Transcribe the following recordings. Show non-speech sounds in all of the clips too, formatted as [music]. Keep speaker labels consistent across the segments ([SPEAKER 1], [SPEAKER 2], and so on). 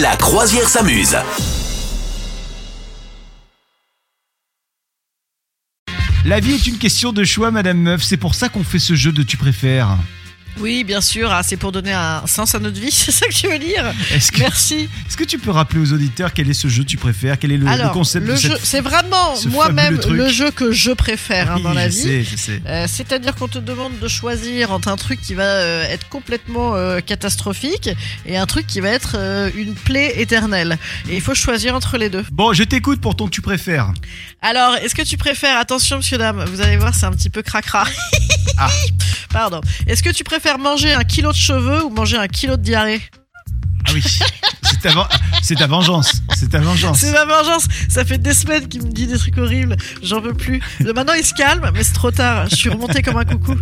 [SPEAKER 1] La croisière s'amuse.
[SPEAKER 2] La vie est une question de choix, Madame Meuf. C'est pour ça qu'on fait ce jeu de tu préfères.
[SPEAKER 3] Oui, bien sûr, ah, c'est pour donner un sens à notre vie, [laughs] c'est ça que tu veux dire
[SPEAKER 2] Est-ce que,
[SPEAKER 3] Merci.
[SPEAKER 2] est-ce que tu peux rappeler aux auditeurs quel est ce jeu tu préfères Quel est le, le
[SPEAKER 3] Alors,
[SPEAKER 2] concept
[SPEAKER 3] le
[SPEAKER 2] de cette-
[SPEAKER 3] jeu, c'est vraiment
[SPEAKER 2] ce fabuleux
[SPEAKER 3] moi-même
[SPEAKER 2] truc.
[SPEAKER 3] le jeu que je préfère hein,
[SPEAKER 2] Oui,
[SPEAKER 3] dans la
[SPEAKER 2] je
[SPEAKER 3] vie.
[SPEAKER 2] sais, je sais.
[SPEAKER 3] Euh, C'est-à-dire qu'on te demande de choisir entre un truc qui va euh, être complètement euh, catastrophique et un truc qui va être euh, une plaie éternelle. Et il faut choisir entre les deux.
[SPEAKER 2] Bon, je t'écoute pour ton tu préfères.
[SPEAKER 3] Alors, est-ce que tu préfères, attention monsieur dame, vous allez voir c'est un petit peu cracra.
[SPEAKER 2] Ah.
[SPEAKER 3] [laughs] Pardon. Est-ce que tu préfères manger un kilo de cheveux ou manger un kilo de diarrhée
[SPEAKER 2] Ah oui, [laughs] c'est ta, ven- c'est ta vengeance. C'est ta vengeance.
[SPEAKER 3] [laughs] C'est ma vengeance. Ça fait des semaines qu'il me dit des trucs horribles. J'en veux plus. Le- Maintenant, il se calme, mais c'est trop tard. Je suis remontée comme un coucou.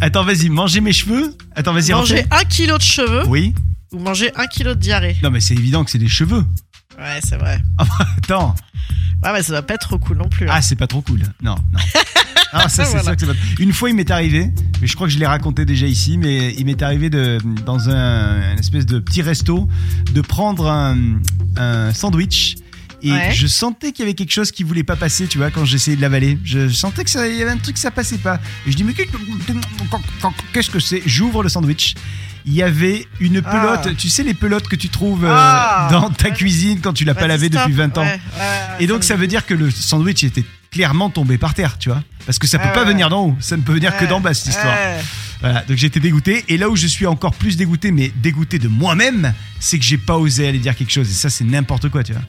[SPEAKER 2] Attends, vas-y, manger mes cheveux. Attends, vas-y,
[SPEAKER 3] Manger
[SPEAKER 2] refais.
[SPEAKER 3] un kilo de cheveux
[SPEAKER 2] Oui.
[SPEAKER 3] ou manger un kilo de diarrhée.
[SPEAKER 2] Non, mais c'est évident que c'est des cheveux.
[SPEAKER 3] Ouais, c'est vrai.
[SPEAKER 2] Attends.
[SPEAKER 3] Ouais, mais ça doit pas être trop cool non plus. hein.
[SPEAKER 2] Ah, c'est pas trop cool. Non,
[SPEAKER 3] [laughs]
[SPEAKER 2] non. Ah, ça, c'est
[SPEAKER 3] Voilà.
[SPEAKER 2] ça que c'est pas- Une fois, il m'est arrivé, mais je crois que je l'ai raconté déjà ici, mais il m'est arrivé de, dans un, un espèce de petit resto de prendre un, un sandwich. Et
[SPEAKER 3] Ouais.
[SPEAKER 2] je sentais qu'il y avait quelque chose qui voulait pas passer, tu vois, quand j'essayais de l'avaler. Je sentais que ça, il y avait un truc, ça passait pas. Et je dis, mais qu'est- qu'est-ce que c'est J'ouvre le sandwich. Il y avait une
[SPEAKER 3] Ah.
[SPEAKER 2] pelote, tu sais, les pelotes que tu trouves euh,
[SPEAKER 3] Ah.
[SPEAKER 2] dans ta
[SPEAKER 3] Ouais.
[SPEAKER 2] cuisine quand tu l'as
[SPEAKER 3] Vas-y,
[SPEAKER 2] pas lavé
[SPEAKER 3] stop.
[SPEAKER 2] depuis 20 ans.
[SPEAKER 3] Ouais, ouais,
[SPEAKER 2] Et donc ça veut dire que le sandwich était clairement tombé par terre, tu vois. Parce que ça peut
[SPEAKER 3] Ah
[SPEAKER 2] pas
[SPEAKER 3] ouais.
[SPEAKER 2] venir d'en haut, ça ne peut venir que
[SPEAKER 3] Ouais.
[SPEAKER 2] d'en bas cette histoire.
[SPEAKER 3] Ouais.
[SPEAKER 2] Voilà, donc j'étais dégoûté. Et là où je suis encore plus dégoûté, mais dégoûté de moi-même, c'est que j'ai pas osé aller dire quelque chose. Et ça, c'est n'importe quoi, tu vois.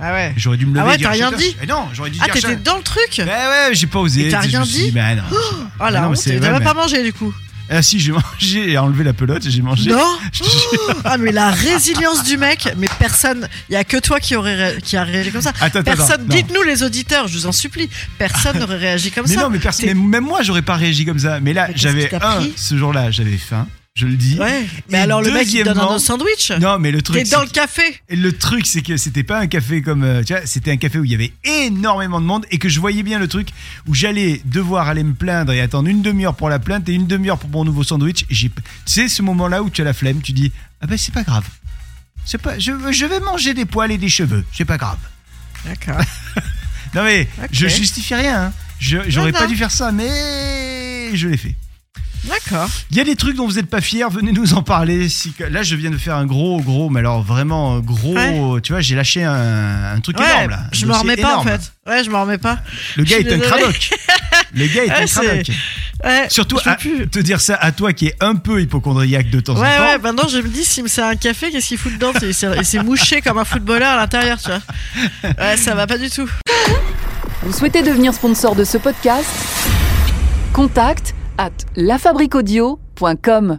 [SPEAKER 3] Ah ouais.
[SPEAKER 2] J'aurais dû me
[SPEAKER 3] Ah
[SPEAKER 2] lever.
[SPEAKER 3] ouais,
[SPEAKER 2] et dire,
[SPEAKER 3] t'as rien
[SPEAKER 2] Shut up.
[SPEAKER 3] dit
[SPEAKER 2] Eh Non, j'aurais dû
[SPEAKER 3] Ah,
[SPEAKER 2] dire.
[SPEAKER 3] t'étais
[SPEAKER 2] Shut up.
[SPEAKER 3] dans le truc
[SPEAKER 2] Ouais, ouais, j'ai pas osé.
[SPEAKER 3] Et t'as
[SPEAKER 2] tu sais, je
[SPEAKER 3] rien
[SPEAKER 2] me suis
[SPEAKER 3] dit
[SPEAKER 2] bah, non.
[SPEAKER 3] Oh
[SPEAKER 2] Ah
[SPEAKER 3] la
[SPEAKER 2] non, mais
[SPEAKER 3] honte,
[SPEAKER 2] c'est
[SPEAKER 3] t'avais
[SPEAKER 2] vrai,
[SPEAKER 3] pas
[SPEAKER 2] mais-
[SPEAKER 3] mangé du coup.
[SPEAKER 2] Ah si, j'ai mangé et enlevé la pelote, j'ai mangé.
[SPEAKER 3] Non [laughs]
[SPEAKER 2] Je te jure.
[SPEAKER 3] Ah mais la résilience du mec, mais personne, il y a que toi qui aurait ré- qui a réagi comme ça.
[SPEAKER 2] Attends, attends,
[SPEAKER 3] Personne,
[SPEAKER 2] attends, non. Ah.
[SPEAKER 3] dites-nous les auditeurs, je vous en supplie, personne n'aurait réagi comme
[SPEAKER 2] Mais
[SPEAKER 3] ça.
[SPEAKER 2] non, mais personne.
[SPEAKER 3] T'es-
[SPEAKER 2] mais Même moi, j'aurais pas réagi comme ça. Mais là,
[SPEAKER 3] Mais qu'est-ce qui
[SPEAKER 2] j'avais
[SPEAKER 3] t'a
[SPEAKER 2] un
[SPEAKER 3] pris
[SPEAKER 2] ce jour-là, j'avais faim. Je le dis.
[SPEAKER 3] Ouais. Mais
[SPEAKER 2] Et
[SPEAKER 3] alors le mec il te donne un
[SPEAKER 2] deuxièmement-
[SPEAKER 3] autre sandwich.
[SPEAKER 2] Non, mais le truc.
[SPEAKER 3] T'es
[SPEAKER 2] c'est
[SPEAKER 3] dans le café.
[SPEAKER 2] Et Le truc, c'est que c'était pas un café comme. euh, Tu vois, c'était un café où il y avait énormément de monde et que je voyais bien le truc où j'allais devoir aller me plaindre et attendre une demi-heure pour la plainte et une demi-heure pour mon nouveau sandwich. Et j'ai- Tu sais, ce moment-là où tu as la flemme, tu dis Ah ben c'est pas grave. C'est pas, je, je vais manger des poils et des cheveux, c'est pas grave.
[SPEAKER 3] D'accord.
[SPEAKER 2] Non mais
[SPEAKER 3] Ok.
[SPEAKER 2] je justifie rien, hein. Je- j'aurais
[SPEAKER 3] Non,
[SPEAKER 2] pas
[SPEAKER 3] non.
[SPEAKER 2] dû faire ça, mais je l'ai fait.
[SPEAKER 3] D'accord.
[SPEAKER 2] Il y a des trucs dont vous n'êtes pas fiers, venez nous en parler. Si- Là, je viens de faire un gros, gros, mais alors vraiment euh, gros.
[SPEAKER 3] Ouais.
[SPEAKER 2] Tu vois, j'ai lâché un, un truc énorme là. Un
[SPEAKER 3] je m'en
[SPEAKER 2] dossier
[SPEAKER 3] remets pas
[SPEAKER 2] énorme.
[SPEAKER 3] en fait. Ouais, je m'en remets pas.
[SPEAKER 2] Le gars
[SPEAKER 3] Je
[SPEAKER 2] est
[SPEAKER 3] suis
[SPEAKER 2] un
[SPEAKER 3] désolée.
[SPEAKER 2] cradoc. Le
[SPEAKER 3] [laughs]
[SPEAKER 2] gars est
[SPEAKER 3] Ouais,
[SPEAKER 2] un
[SPEAKER 3] c'est-
[SPEAKER 2] cradoc.
[SPEAKER 3] Ouais.
[SPEAKER 2] Surtout
[SPEAKER 3] je peux
[SPEAKER 2] à-
[SPEAKER 3] plus.
[SPEAKER 2] te dire ça à toi qui est un peu hypochondriaque de temps
[SPEAKER 3] Ouais,
[SPEAKER 2] en temps.
[SPEAKER 3] ouais, maintenant je me dis, s'il me sert un café, qu'est-ce qu'il fout dedans Il s'est il s'est mouché comme un footballeur à l'intérieur, tu vois. Ouais, ça va pas du tout.
[SPEAKER 4] Vous souhaitez devenir sponsor de ce podcast Contact à lafabriquaudio.com.